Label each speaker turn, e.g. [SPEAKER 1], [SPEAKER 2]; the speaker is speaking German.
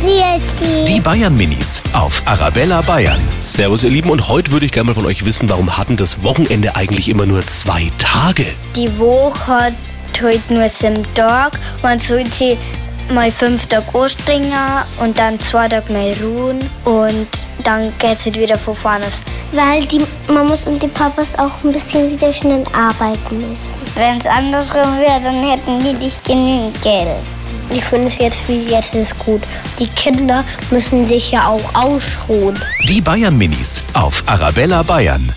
[SPEAKER 1] Hier ist
[SPEAKER 2] Die Bayern Minis auf Arabella Bayern.
[SPEAKER 3] Servus, ihr Lieben, und heute würde ich gerne mal von euch wissen, warum hatten das Wochenende eigentlich immer nur zwei Tage?
[SPEAKER 1] Die Woche hat heute nur sieben Tage. Man sollte sie mal fünf Tage anstrengen und dann zwei Tage mal ruhen. Und dann geht es wieder von vorne.
[SPEAKER 4] weil die Mamas und die Papas auch ein bisschen wieder schnell arbeiten müssen.
[SPEAKER 1] Wenn es andersrum wäre, dann hätten die nicht genügend Geld.
[SPEAKER 4] Ich finde es jetzt, wie jetzt ist gut. Die Kinder müssen sich ja auch ausruhen.
[SPEAKER 2] Die Bayern Minis auf Arabella Bayern.